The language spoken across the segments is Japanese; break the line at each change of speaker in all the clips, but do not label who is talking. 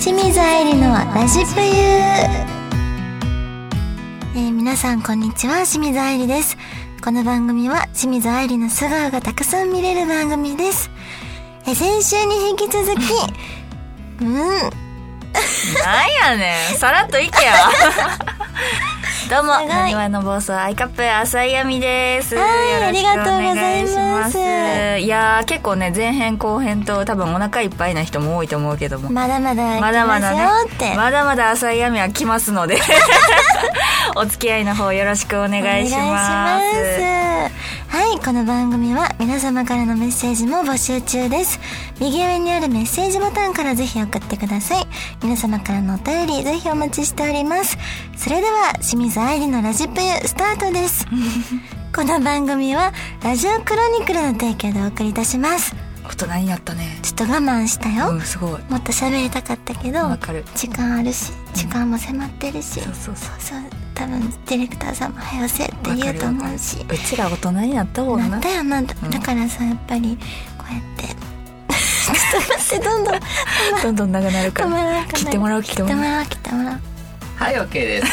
清水愛理の私ぷゆー、えー皆さんこんにちは清水愛理ですこの番組は清水愛理の素顔がたくさん見れる番組です、えー先週に引き 続きうん
なんやねんさらっと いけよどうも
すごい
なにわの暴走アイカップ浅井亜美です
はいありがとうございます
よろしくお願いしますいやー結構ね前編後編と多分お腹いっぱいな人も多いと思うけども
まだまだ
まだまだ
行き
ね
ますよって
まだまだ浅井亜美は来ま すのでお付き合いの方よろしくお願いしま
お
す
願いしますはいこの番組は皆様からのメッセージも募集中です右上にあるメッセージボタンからぜひ送ってください皆様からのお便りぜひお待ちしておりますそれでは清水愛理のラジプユスタートです この番組はラジオクロニクルの提供でお送りいたします
大人になったね
ちょっと我慢したよ、
うんすごい
もっと喋りたかったけど
わかる
時間あるし時間も迫ってるし、
そうそうそう
そう多分ディレクターさんも「早よせ」って言うと思うし
わかるわかるうちら大人になった方が
な
な
ったよなだ
うん
からさやっぱりこうやってちょっと待ってど んどん
どんどん長なるか
止ま
ら
らなくなる
切ってもらおう切ってもらおう
切ってもらおう
はい、OK です。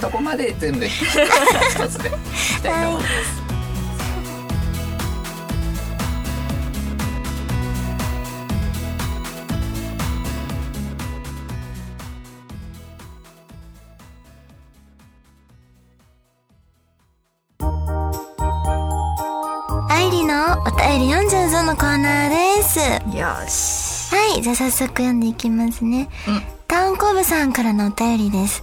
どこまで全部一つでいきたいと思います。
アイリのお便り40ぞのコーナーですは
よし
いじゃあ早速読んでいきますね、
うん
タウンコブさんからのお便りです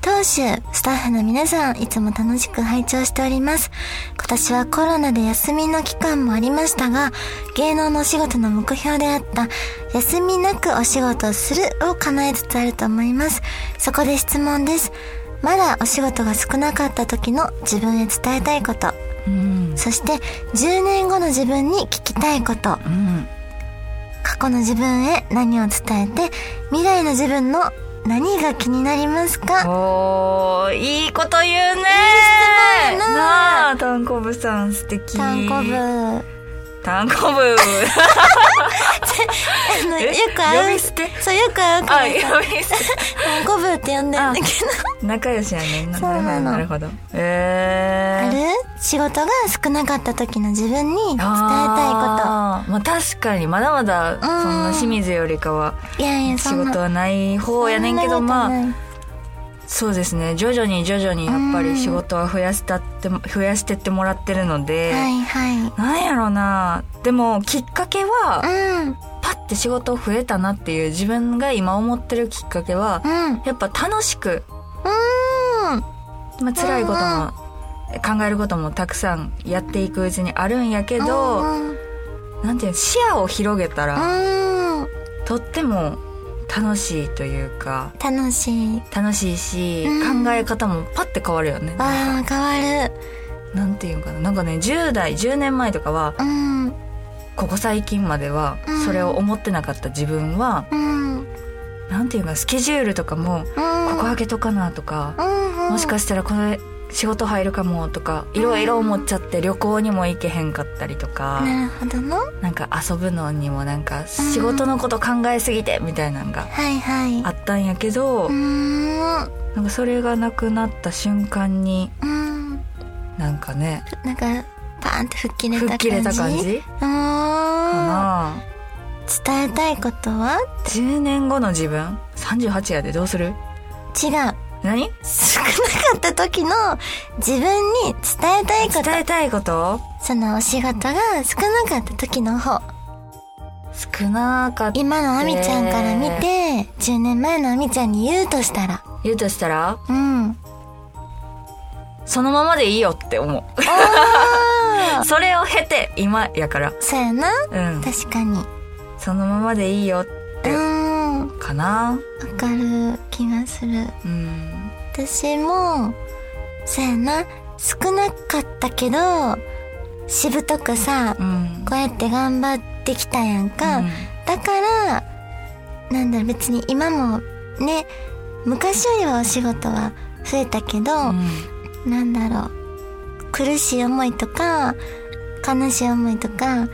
当主、スタッフの皆さん、いつも楽しく拝聴しております。今年はコロナで休みの期間もありましたが、芸能のお仕事の目標であった、休みなくお仕事をするを叶えつつあると思います。そこで質問です。まだお仕事が少なかった時の自分へ伝えたいこと。
うん
そして、10年後の自分に聞きたいこと。
うん
過去の自分へ何を伝えて、未来の自分の何が気になりますか
おー、いいこと言うね
いい質問やな
なあ、タンコブさん素敵。
タンコブ。。あ
タンコ ブ。
の、
え
よく会
呼
う。
び捨て
そう、よく会うか
あ、
ら
呼
さ、
び 捨て
タンコブって呼んでんだけど。
仲良しやねんな。
そうなの
なるほど。
あ
え
る
ー。
仕事が少なかった時の自分に伝えたい
あーまあ確かに、まだまだ、そんな清水よりかは、
こと。いやいや、そ
仕
んな。
事はない方やねんけど、
そなこと
まあ、
ない
そうですね、徐々に徐々にやっぱ
うん
り仕事は増やしたって、増やしてってもらってるので、
はいはい。
なんやろなでも、きっかけは、
うん、
パッて仕事増えたなっていう自分が今思ってるきっかけは、
うん、
やっぱ楽しく、
うん。
まあ、辛いことも、考えることもたくさんやっていくうちにあるんやけど、
うん、
なんていうの視野を広げたら、
うん。
とっても楽しいというか
楽しい。
楽しいし、
うん
考え方もパッて変わるよねなんか
わあ、変わる。
なんていうんかななんかね10代10年前とかは
うん、
ここ最近までは
うん
それを思ってなかった自分は、
うん、うん。
なんていうかスケジュールとかもここ開けとかなとか、
うん、うん。
もしかしたらこれ仕事入るかもとかいろいろ思っちゃって旅行にも行けへんかったりとか、
なるほどの。は
なんか遊ぶのにもなんか仕事のこと考えすぎてみたいなのが
いはい。
あったんやけど、
うーん、
なんかそれがなくなった瞬間に
うん。
なんかね
なんか、パーンって吹っ切れた感じ。
吹っ切れた感じ
う
か
ーん。
な、
伝えたいことは
10年後の自分38やでどうする
違う。
何
少なかった時の自分に伝えたいこと。
伝えたいこと
そのお仕事が少なかった時の方。
少なかった
今のあみちゃんから見て、10年前のあみちゃんに言うとしたら。
言うとしたら
うん。
そのままでいいよって思う それを経て今やから
そうやな。
うん
確かに。
そのままでいいよ
う
で
ーん。わ
かな
かる気がする。
うん
私も、そうやな。少なかったけど、しぶとくさ、
うん
こうやって頑張ってきたやんか、
うん
だからなんだろう別に今もね昔よりはお仕事は増えたけど、
うん
なんだろう苦しい思いとか悲しい思いとか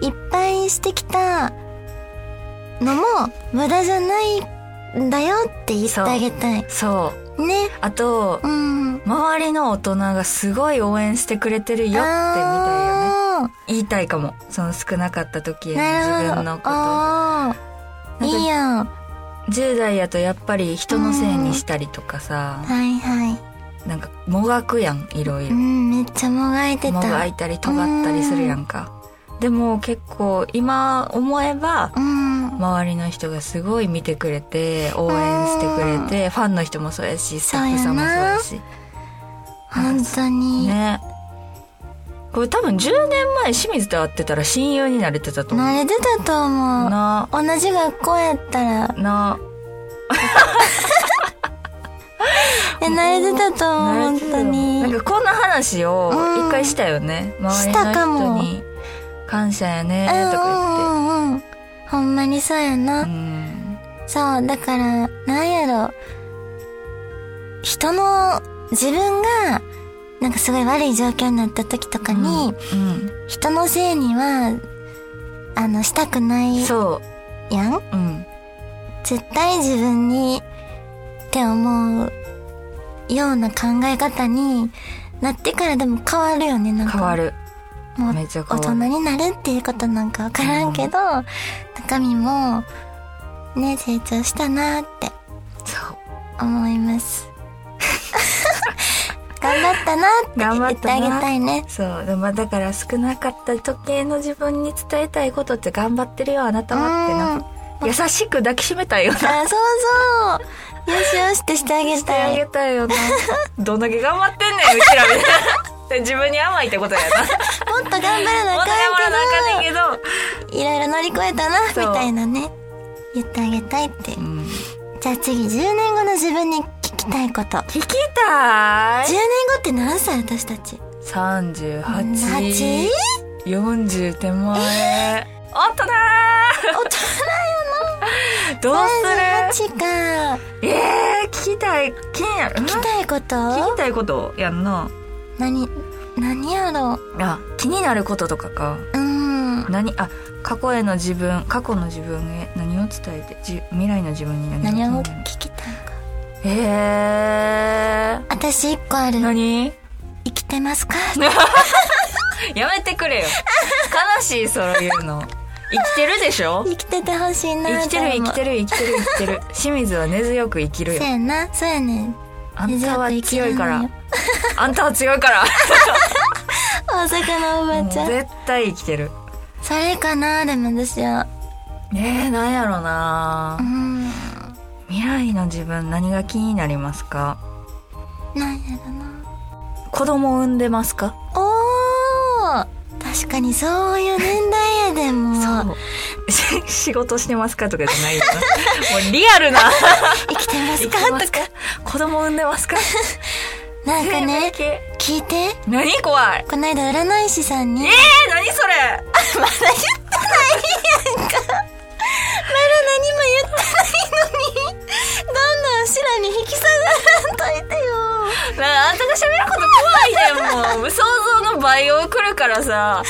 いっぱいしてきたのも無駄じゃないんだよって言ってあげたい。
そう
ね。
あと
うん。
周りの大人がすごい応援してくれてるよってみたいよね
あ
言いたいかもその少なかった時
ー
への
なる
自
ほ
分
ど。
のこ
あ
と
あ。
なんか
いいやん。
10代やとやっぱり人のせいにしたりとかさ
はいはい。
なんかもがくやんいろいうろ
ん、めっちゃもがいて
もが
た。
いたり尖ったりするやんかでも結構今思えば
うん。
周りの人がすごい見てくれて応援してくれてファンの人もそうやしスタッフさんもそうやし
本当に。
ねこれ多分10年前清水と会ってたら親友になれてたと思
慣れてたと
う
思う。
な
同じ学校やったら、
な
え、慣れてたと思う、
慣れ
本
てる
当
なん
に。
かこんな話を
うん
一回したよね周り
したか
の人
も
に「感謝やね」と
う
か
んうんうん。ほんまにそうやな。
言ってうん
そう、だから、なんやろ。人の、自分が、なんかすごい悪い状況になった時とかに、
うん
人のせいには、あの、したくない
そ
やん
ううん
絶対自分に、って思うような考え方になってからでも変わるよね、なんか。
変わる
もう
めっちゃ変
大
わる
人になるっていうことなんかわからんけど、中身も、ね、成長したなって
そう
思い ます。頑張ったな
頑張
って言
っ
ってあげ
たな
たいね。
そうでもだから少なかった時計の自分に伝えたいことって頑張ってるよあなたはってなんか優しく抱きしめたいよな
あ、そうそう。よしよしってしてあげ
してあ
たい。
げたい よなどんだけ頑張ってんねんうちらみたいな で自分に甘いってことやな
もっと頑張らなあ
頑張らなあ
か
か
ん
ん
け
ねんけど
ど、いろいろ乗り越えたな、み
そう
たいなね。言ってあげたいって。
うん
じゃあ次、10年後の自分に聞きたいこと。10
聞きた
年
い
後って何歳私たち
38
8?
40手前大人
大人
だーどうす
38か。
るえー、聞きたい気になる
聞きたいこと
聞きたいことやんな
何、何やろう。
あ気になることとかか
うん。
何あ過去への自分過去の自分へ何を伝えてじ未来の自分に何
何
を
を
伝え
聞きたいか。
てえ
私一個ある
ー、。何
生きてます か
やめてく れよ悲しいそういうの生きてるでしょ
生きててほしいな
生きてる生きて
る
る生きてる生き てる清水は根強く生きるよ
そうやなそうやねん
あんたは
根強く生きる
強いか
の
ら
よ
あんたは強いから
大阪のおば
もう
ちゃん
絶対生きてる
それかなでも私は
えー、なんやろ
う
なん未来の自分何が気になりますか
なんやろな
子供産んでますか
おー確かにそういう年代やでも
そうし 仕事してますかとかじゃないよ なもうリアルな
生きて ますか
生きてますか子供産んでますか
なんか
生命
ね
系
聞いて
何怖い
こないだ占い師さんに
えー、何それ
まだ何も言ってないのに、どんどん後ろに引き下がらんとい てよ。
なああんたが喋ること怖いねんもう想像の倍をくるからさ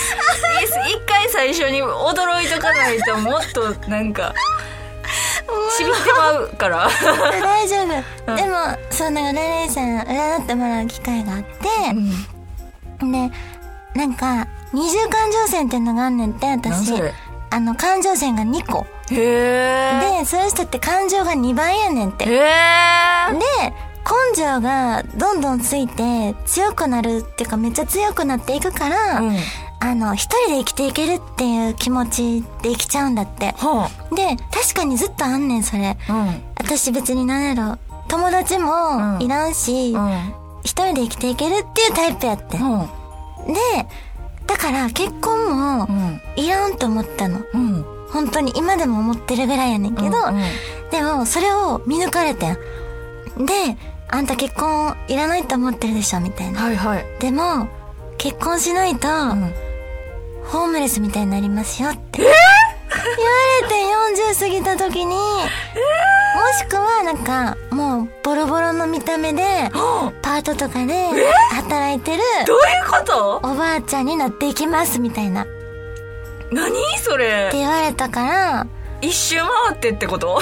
い一回最初に驚いとかないともっとなんか ちびってまうから
大丈夫。でも、そう、なんか、レレイさん、占ってもらう機会があって、で、なんか、二重感情線っていうのがあんねんって、
何
私
それ。
あの、感情線が2個。
へえ
で、そういう人って感情が2倍やねんって。
へ
で、
え
根性がどんどんついて、強くなるっていうか、めっちゃ強くなっていくから、
うん
あの、一人で生きていけるっていう気持ちで生きちゃうんだって。
は
で、確かにずっとあんねん、それ。
あうん
私別に何やろ。友達
う
も
ん
いらんし、
う
一人で生きていけるっていうタイプやって。で、
んうん
だから結婚も
うん
いらんと思ったの。
うん
本当に今でも思ってるぐらいやねんけど、
うん
でもそれを見抜かれてん。で、あんた結婚いらないと思ってるでしょ、みたいな。
はいはい
でも、結婚しないと、
うん
ホームレスみたいになりますよって。言われて40過ぎた時に、もしくはなんか、もうボロボロの見た目で、
はあ
パートとかで働いてる
どういうこと
おばあちゃんになっていきますみたいな。っ
何それ
て言われたから、
え一周回ってってこと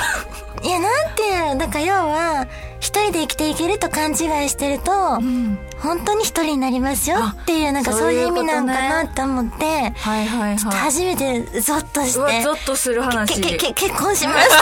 いや、なんていう、だから要は、一人で生きていけると勘違いしてると、本当に一人になりますよっていう、なんか
そ
そうう
い
いうう意
こと
味
ね
なんかなって思って、
はいはい
ちょっと
はい。
初めてゾッと
う
し
わ、
て
ゾ、ッとする話。
けけけ結婚しま した。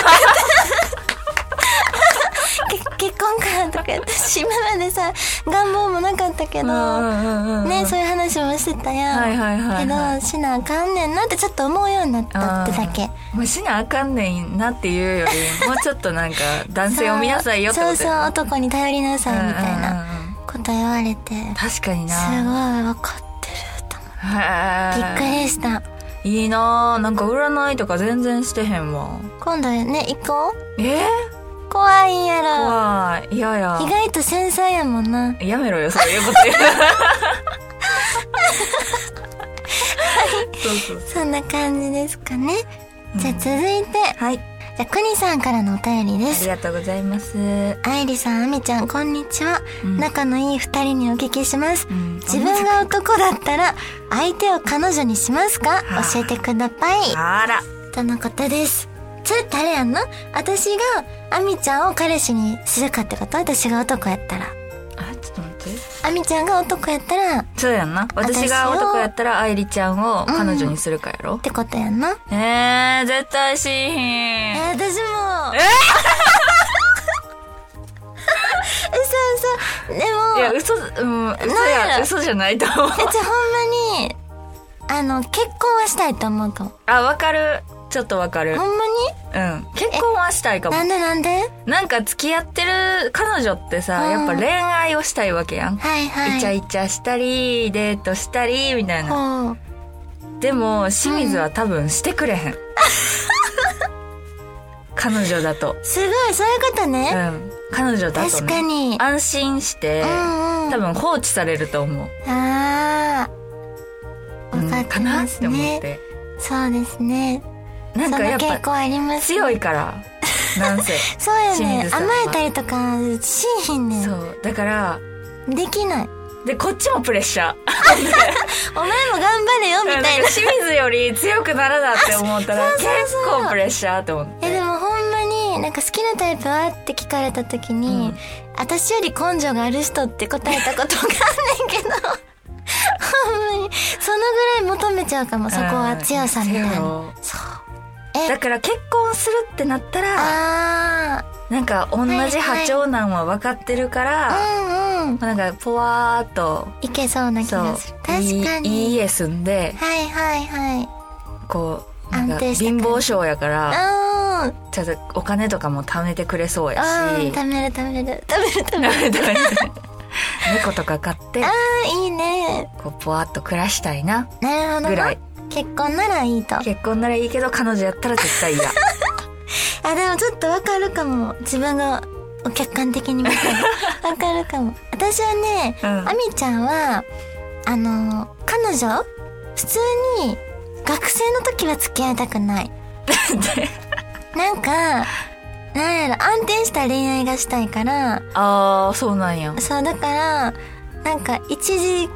け結婚かとか言って、私今までさ、願望もなかったけ
うんう
ど、
んうんうん。
ね、そういう話もしてたやん。
はいはいはいは
け
い
ど、しなあかんねんなってちょっと思うようになったってだけ。
もうしなあかんねんなっていうより、もうちょっとなんか、男性を見なさいよってこ
そ
と
うそう、男に頼りなさいみたいな。
な。
こと言われて
確かにな。
すごい分かってると思っ
へ
てび
ー
っくりした
いいなぁ。なんか占いとか全然してへんわ。
今度ね行こう
えー、
怖いんやろ
怖い。いやいや
意。外と繊細やもんな
やめろよ、そういうこと言う。そうそう。
そんな感じですかねじゃあ続いて
はい。
じゃあくにさんからのお便りで
あり
す
がとうございます。う
愛理さんあみちゃんこんにちは、
ん
仲のいい二人にお聞きします
ん
自分が男だったら相手を彼女にしますか
はあ
教えてください
あら。
とのことです。それってあれやんな私がアミちゃんを彼氏にするかってこと私が男やったら。
あ、ちょっと待って。
アミちゃんが男やったらっ
そうやんな。私が男やったら愛梨ちゃんを彼女にするかやろ。
てことやんな。
えー、絶対しー
え
へん。
ー、私も。え 嘘嘘。でも、
い
え
や、嘘、うん、嘘
なんや
や、
ろ
嘘じゃないと思う。
じゃあほんまに、あの、結婚はしたいと思うかも。
あ、わかる。ちょっとわかる。
ほんま
うん。結婚はしたいか
にな。
も
んでなんで
なんか付き合ってる彼女ってさ、
うん
やっぱ恋愛をしたいわけやん。
はいはい。
イチャイチャしたり、デートしたり、みたいな。
ほう。
でも、清水は多分してく れへん。彼女だと。
すごい、そういうこと
う
ね。
ん。彼女だと
確か
ね。
に。
安心して
う、んうん。
多分放置されると思う。
ああ、
うん
分かって
かな
ま
っ
す
て思っ
ね。
て。
そうですね。
なんかや
その
っ
傾
ぱ
向あります。
強い。から、な んせ。
そうよ
清
ね
水。さんは
甘えたりとか、しんひんね
そ
ん。
う。だから、
できない。
で、こっちもプレッシャー。
お前も頑張れよ、み
なん
たいな
か。清水より強くならなって思ったら
そう
結
そうそう
構プレッシャーって思って
え、でもほんまに、なんか好きなタイプはって聞かれた時に、
うん
私より根性がある人って答えたことがあんねんけど、ほんまに、そのぐらい求めちゃうかも、そこは強さみたいな。
な
そう。
だから結婚するってなったら
あ
なんか同じ波長なんは分かってるから、
あ、うんうん。
なんかポワーっと
いけそうな気
そう
がする。確か
いいい
に。
家住んで
はいはいはい。
こうなんか
安定してく
貧乏症やから
あー
ちゃんとお金とかも貯めてくれそうや
あ
し
ー、食べる食べる。食べる食べる。
猫とか飼って
あーいいね。
こうポワーっと暮らしたいな
なるほどな。
ぐらい
結婚ならいいと。あ、で
結婚ならいいけど彼女やったら絶対嫌
もちょっとわかるかも。自分がお客観的に見ても わかるかも。私はね、
う ん
あみちゃんは、あの、彼女普通に学生の時は付き合いたくない。なんか、なんやろ、安定した恋愛がしたいから、
ああそうなんや
そう、だから、なんか一時、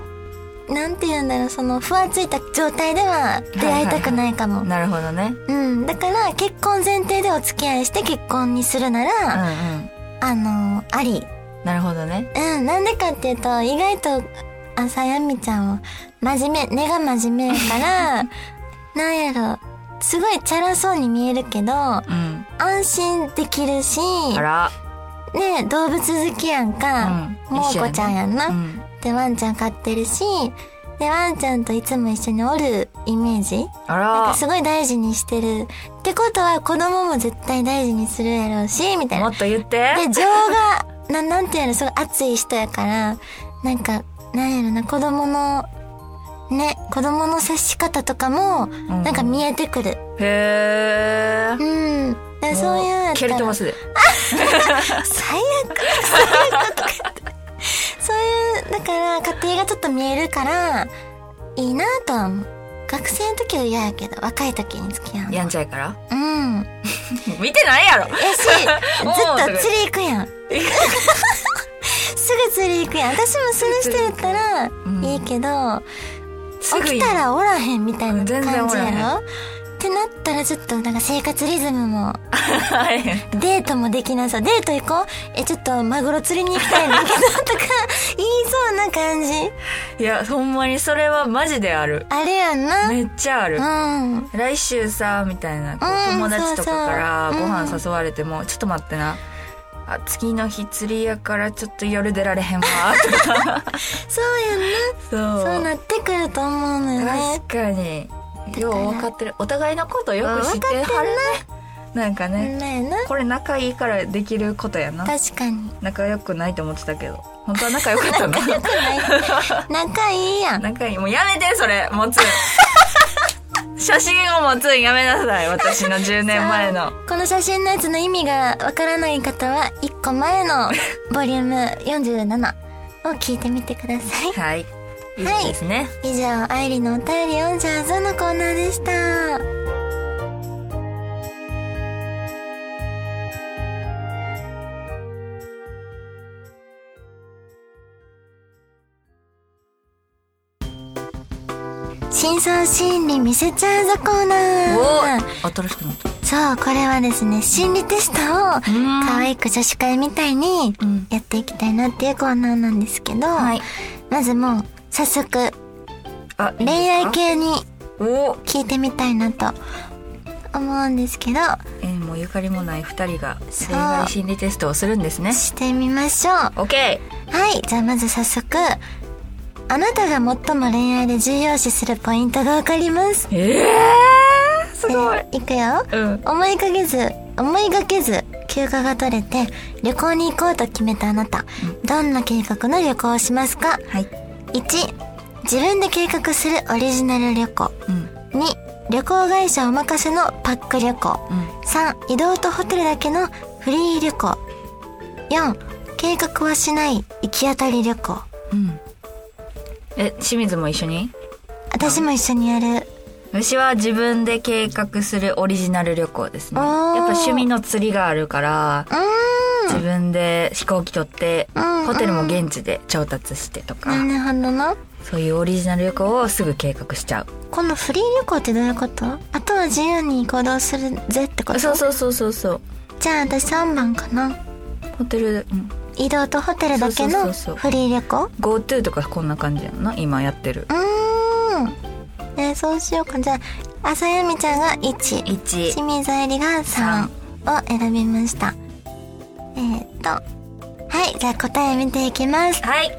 なんて言うんだろう、その、ふわついた状態では出会いたくないかも。
なるほどね
うん。だから、結婚前提でお付き合いして結婚にするな
うんう
ら、
ん
あのあり。
なるほどね
うん。なんでかっていうと、意外と、あさやみちゃんは、真面目、根が真面目やから、 なんやろ、すごいチャラそうに見えるけど、
うん
安心できるし、
あら
ね動物好きやんか、
うん
もう
一緒や
こ
ね
ちゃんやんな。
うん
で、ワンちゃん飼ってるし、で、ワンちゃんといつも一緒におるイメージ
あ
なんからすごい大事にしてる。ってことは子供も絶対大事にするやろうし、みたい
も
な。
っと言って
で、情が、ななんていうの、すごい熱い人やから、なんか、なんやろな、子供の、ね、子供の接し方とかも、
ん
なんか見えてくる。
へえ
うん。でそういうやった
蹴れて
ら
ま、すで
最悪、最悪とか言って。そういう、だから、家庭がちょっと見えるから、いいなとは思う。学生の時は嫌やけど、若い時に付き合うの。
やんちゃやから
うん。
見てないやろ
や し、ず
おう
っと釣り行くやん。すぐ釣り行くやん。私もそれしてやったら
ん
いいけど、
すぐ
起きたらおらへんみたいな
うん全然
感
お
じ
ら
や
へん
ろってななったらちょっとなんか生活リズムも、
はい。
デートもできなさ、デート行こうえ、ちょっとマグロ釣りに行きたいん だけど、とか、言いそうな感じ。
いや、ほんまにそれはマジである。
あれやんな。
めっちゃある。
うん。
来週さ、みたいな、こ
うん
う友達とかから
そうそう
ご飯誘われても、ちょっと待ってな。あ、次の日釣りやからちょっと夜出ら れへんわ、とか。
そうやんな。
そう。
そうなってくると思うのよね。
確かに。
ら
よう分かってる。お互いのことよく知ってはるね。なんか
うん
ね、
だよな。
これ仲いいからできることやな。
確かに。
仲良くないと思ってたけど。本当は仲良 かったな。
仲いいやん。
仲いい。もうやめて、それ。持 つ。写真を持つんやめなさい。私の10年前の。
この写真のやつの意味がわからない方は、1個前のボリューム47を聞いてみてください。
はい。以上ですね。
以上、愛理のお便り読んじゃうぞのコーナーでした。深層心理見せちゃうぞコーナー。
お新しくなった。
そう、これはですね、心理テストを可愛く女子会みたいに
うん
やっていきたいなっていうコーナーなんですけど、
はい
まずもう早速
あ、いいですか
恋愛。系に
お
聞いてみたいなと思うんですけど、
縁もゆかりもない二人が
そう
恋愛心理テストをするんですね。
してみましょう。
オッケ
はい、じゃあまず早速、あなたが最も恋愛で重要視するポイントがわかります。
ー。えー、すごい。
いくよ。
うん。
思いかけず、思いがけず、休暇が取れて、旅行に行こうと決めたあなた、どんな計画の旅行をしますか
はい。
1自分で計画するオリジナル旅行
うん。
2旅行会社お任せのパック旅行
うん。
3移動とホテルだけのフリー旅行4計画はしない行き当たり旅行
うん。え、清水も一緒に
私も一緒にやる
私は自分で計画するオリジナル旅行ですね。
お
やっ
ー
ぱ趣味の釣りがあるから、
うー
自分で飛行機取って、
うんうん
ホテルも現地で調達してとか、
んなるほどな
そういうオリジナル旅行をすぐ計画しちゃ
このフリー旅行ってどういうことあとは自由に行動するぜってこ
う。
と
そうそうそうそうそう。
じゃあ私3番かな
ホテル、うん、
移動とホテルだけの
そうそうそうそう
フリー旅行
GoTo とかこんな感じやんな今やってる。
うーん。ね、そうしようか。じゃあ、朝やみちゃんが1、
1、
清水愛理が3を選びました。えー、っと。はい、じゃあ答え見ていきます。
はい。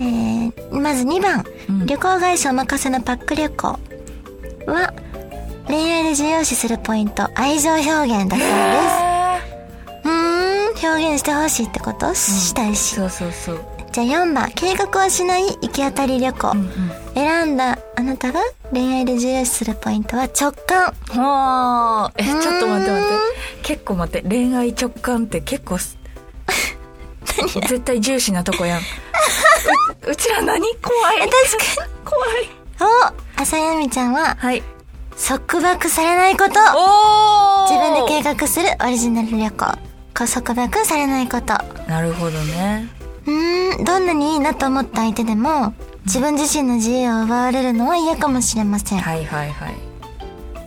えー、まず2番。
うん
旅行会社お任せのパック旅行は、恋愛で重要視するポイント、愛情表現だそうです。うーん、表現してほしいってこと、したいし。
そうそうそう。
じゃあ4番。計画はしない行き当たり旅行。
うんうん。
選んだあなたが恋愛で重要視するポイントは直感
はあ。え、ち
うーん
ょっと待って待って。結構待って。恋愛直感って結構す、絶対重視なと こやん。ううちら何怖い。確かに。怖い。
お朝やみちゃんは
はい。
束縛されないこと
お
自分で
計
計画するオリジナル旅行こう束縛されないこと
画。なるほどね。
うーんどんなにいいなと思った相手でも自分自身の自由を奪われるのは嫌かもしれません
はいはいはい。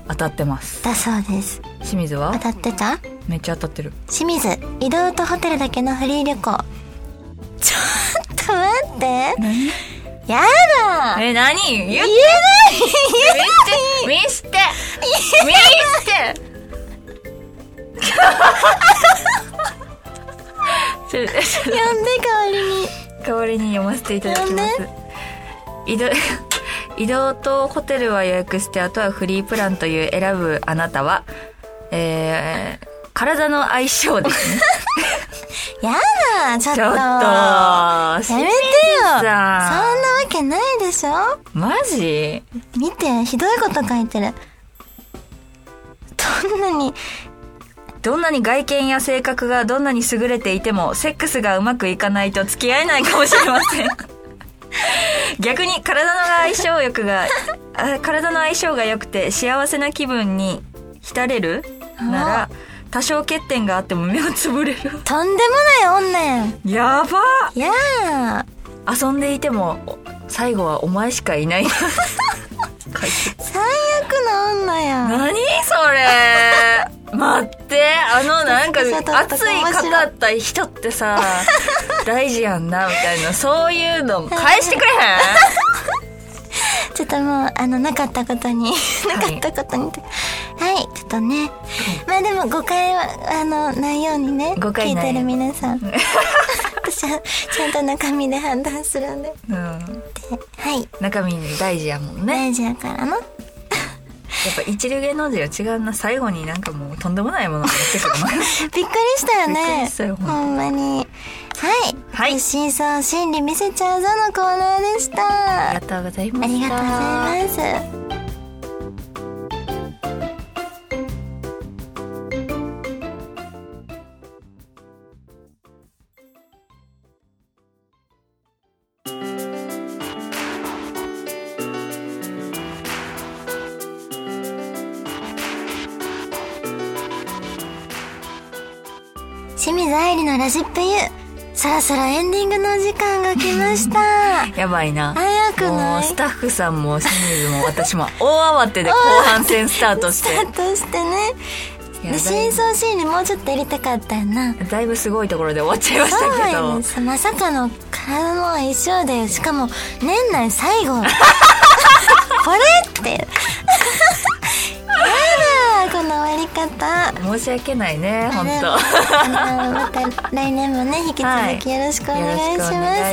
当たってます。
だそうです
清水
当
は
たってた
めっちゃ当たってる。
清水移動とホテルだけのフリー旅行ちょっと待ってやだ
え、何言え
言えない
見して見 して
呼んで
見して
代わりに
代わりに読ませていただきます移動移動とホテルは予約してあとはフリープランという選ぶあなたはえー体の相性です ね。
やだちょっと
ちょっと、や
やめてよそんな
さ
わ
ん
けないでしょ
マジ
見てひどいこと書いてるどんなに
どんなに外見や性格がどんなに優れていても、セックスがうまくいかないと付き合えないかもしれません。 逆に体の相性欲が、あ体の相性が良くて幸せな気分に浸れるなら、多少欠点があっても目をつぶれる。
とんでもない女やん
やば
やだ
遊んでいても、お最後はお前しかいない。書いてる
最悪の女やんそ
何
う
か
だった
熱い語った人って さ大事やんなみたいなそういうの返してくれへん
ちょっともう、あの、なかったことに、なかったことにって。はい、ちょっとね。まあでも誤解は、あの、ないようにね。
誤解ない
聞いてる皆さん。 私は、ちゃんと中身で判断するんで。
うん、
はい。
中身大事やもんね
大事やからな。
やっぱ一流芸能人は違うな最後になんかもうとんでもないものが出てくるな
びっくりしたよね。
びっくりしたよ
ほんまに。はい。
はい
真相心理見せちゃうぞのコーナーでした。
ありがとうございま
あり
し
がとうご
た
ざいます。清水愛理のラジップ U そろそろエンディングのお時間が来ました
やばいな
早く
も
な
う
い
スタッフさんも清水も私も大慌てで後半戦スタート して
スタートしてね
いやだ
で
い
真相心理もうちょっと入れたかったよな
だいぶすごいところで終わっちゃいまし
そう
たけ
な
ど
んですまさかの体の衣装でしかも年内最後これってやだこの終わり方
申し訳ないね本当
あのまた来年もね引き続きよろしくお願いしま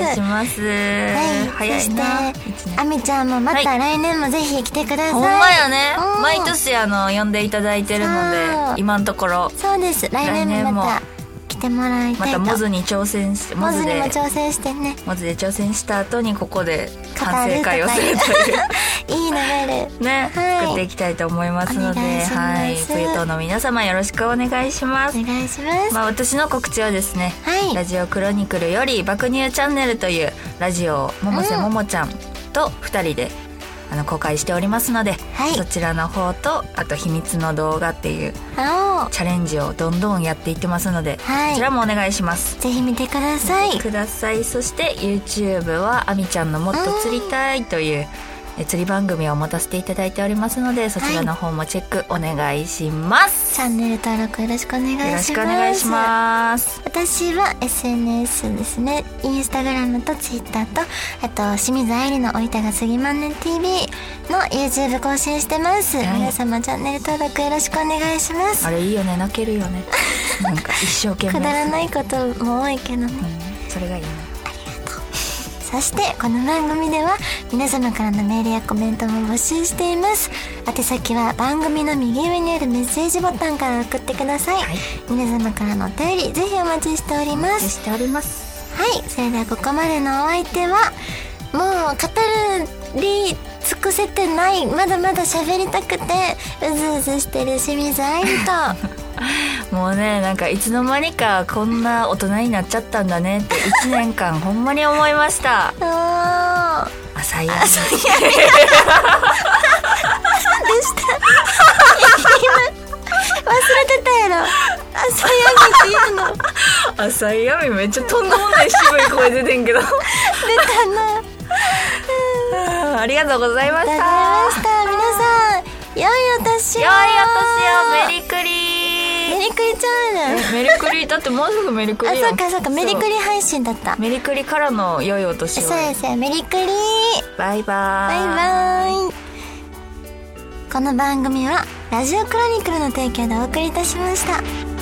す、
ます。
はい、
早いな。
そしてあみちゃんもまた来年もぜひ来てください、
ほんまやね
う。ん
毎年あの呼んでいただいてる
そう
ので、今のところ
そうです来年もま
来年
た来てもらいた
ま
い
た
と
モズに挑戦して、モ
モ
ズ
ズにも
で
挑戦してね
モズで挑戦した後にここで
語る
反省会をするという
いい流れ
ね、
はい
作っていきたいと思いますので、
お願いします
はい、冬党の皆様よろしくお願いします
お。願いします、
まあ、私の告知はですね、
はい
ラジオクロニクルより「爆乳チャンネル」というラジオを百瀬
うん
ももちゃんと2人であの公開しておりますので、
はい
そちらの方とあと「秘密の動画」っていう
青
チャレンジをどんどんやっていってますので、
はい
こちらもお願いします。
ぜひ見てください
くださいそして YouTube はあみちゃんの「もっと釣りたい」というえ釣り番組を持たせていただいておりますのでそちらの方もチェックお願いします、
チャンネル登録よろしくお願いします
よろしくお願いします
私は SNS ですねインスタグラムとツイッターとあと清水愛理の「おいたがすぎまんねん TV」の YouTube 更新してます、
い
皆様チャンネル登録よろしくお願いします
あれいいよね泣ける よねなんか一生懸命
くだらないことも多いけどね
うんそれがいいね
そしてこの番組では皆様からのメールやコメントも募集しています宛先は番組の右上にあるメッセージボタンから送ってください、
はい
皆様からのお便りぜひお待ちしておりま
お待ち
す
しております
はいそれではここまでのお相手はもう語り尽くせてないまだまだ喋りたくてうずうずしてる清水愛理 と
もうねなんかいつの間にかこんな大人になっちゃったんだねって1年間ほんまに思いました
おー
朝や朝
でした今忘れてたや ろ朝闇っていうの
朝やみめっちゃとんでもない渋い声出てんけど
出たな
ありがとうございま
ありがとうございま
した
した皆さん良いお年を
良いお年をメリクリ
メリクリチャンネル
メリクリだってもうすぐメリク
あ
リよ
そうかそうかメリクリ配信だった
メリクリからの良いお年を
そうやそうやメリクリ
バイバ
バイ
イ
バイこの番組はラジオクロニクルの提供でお送りいたしました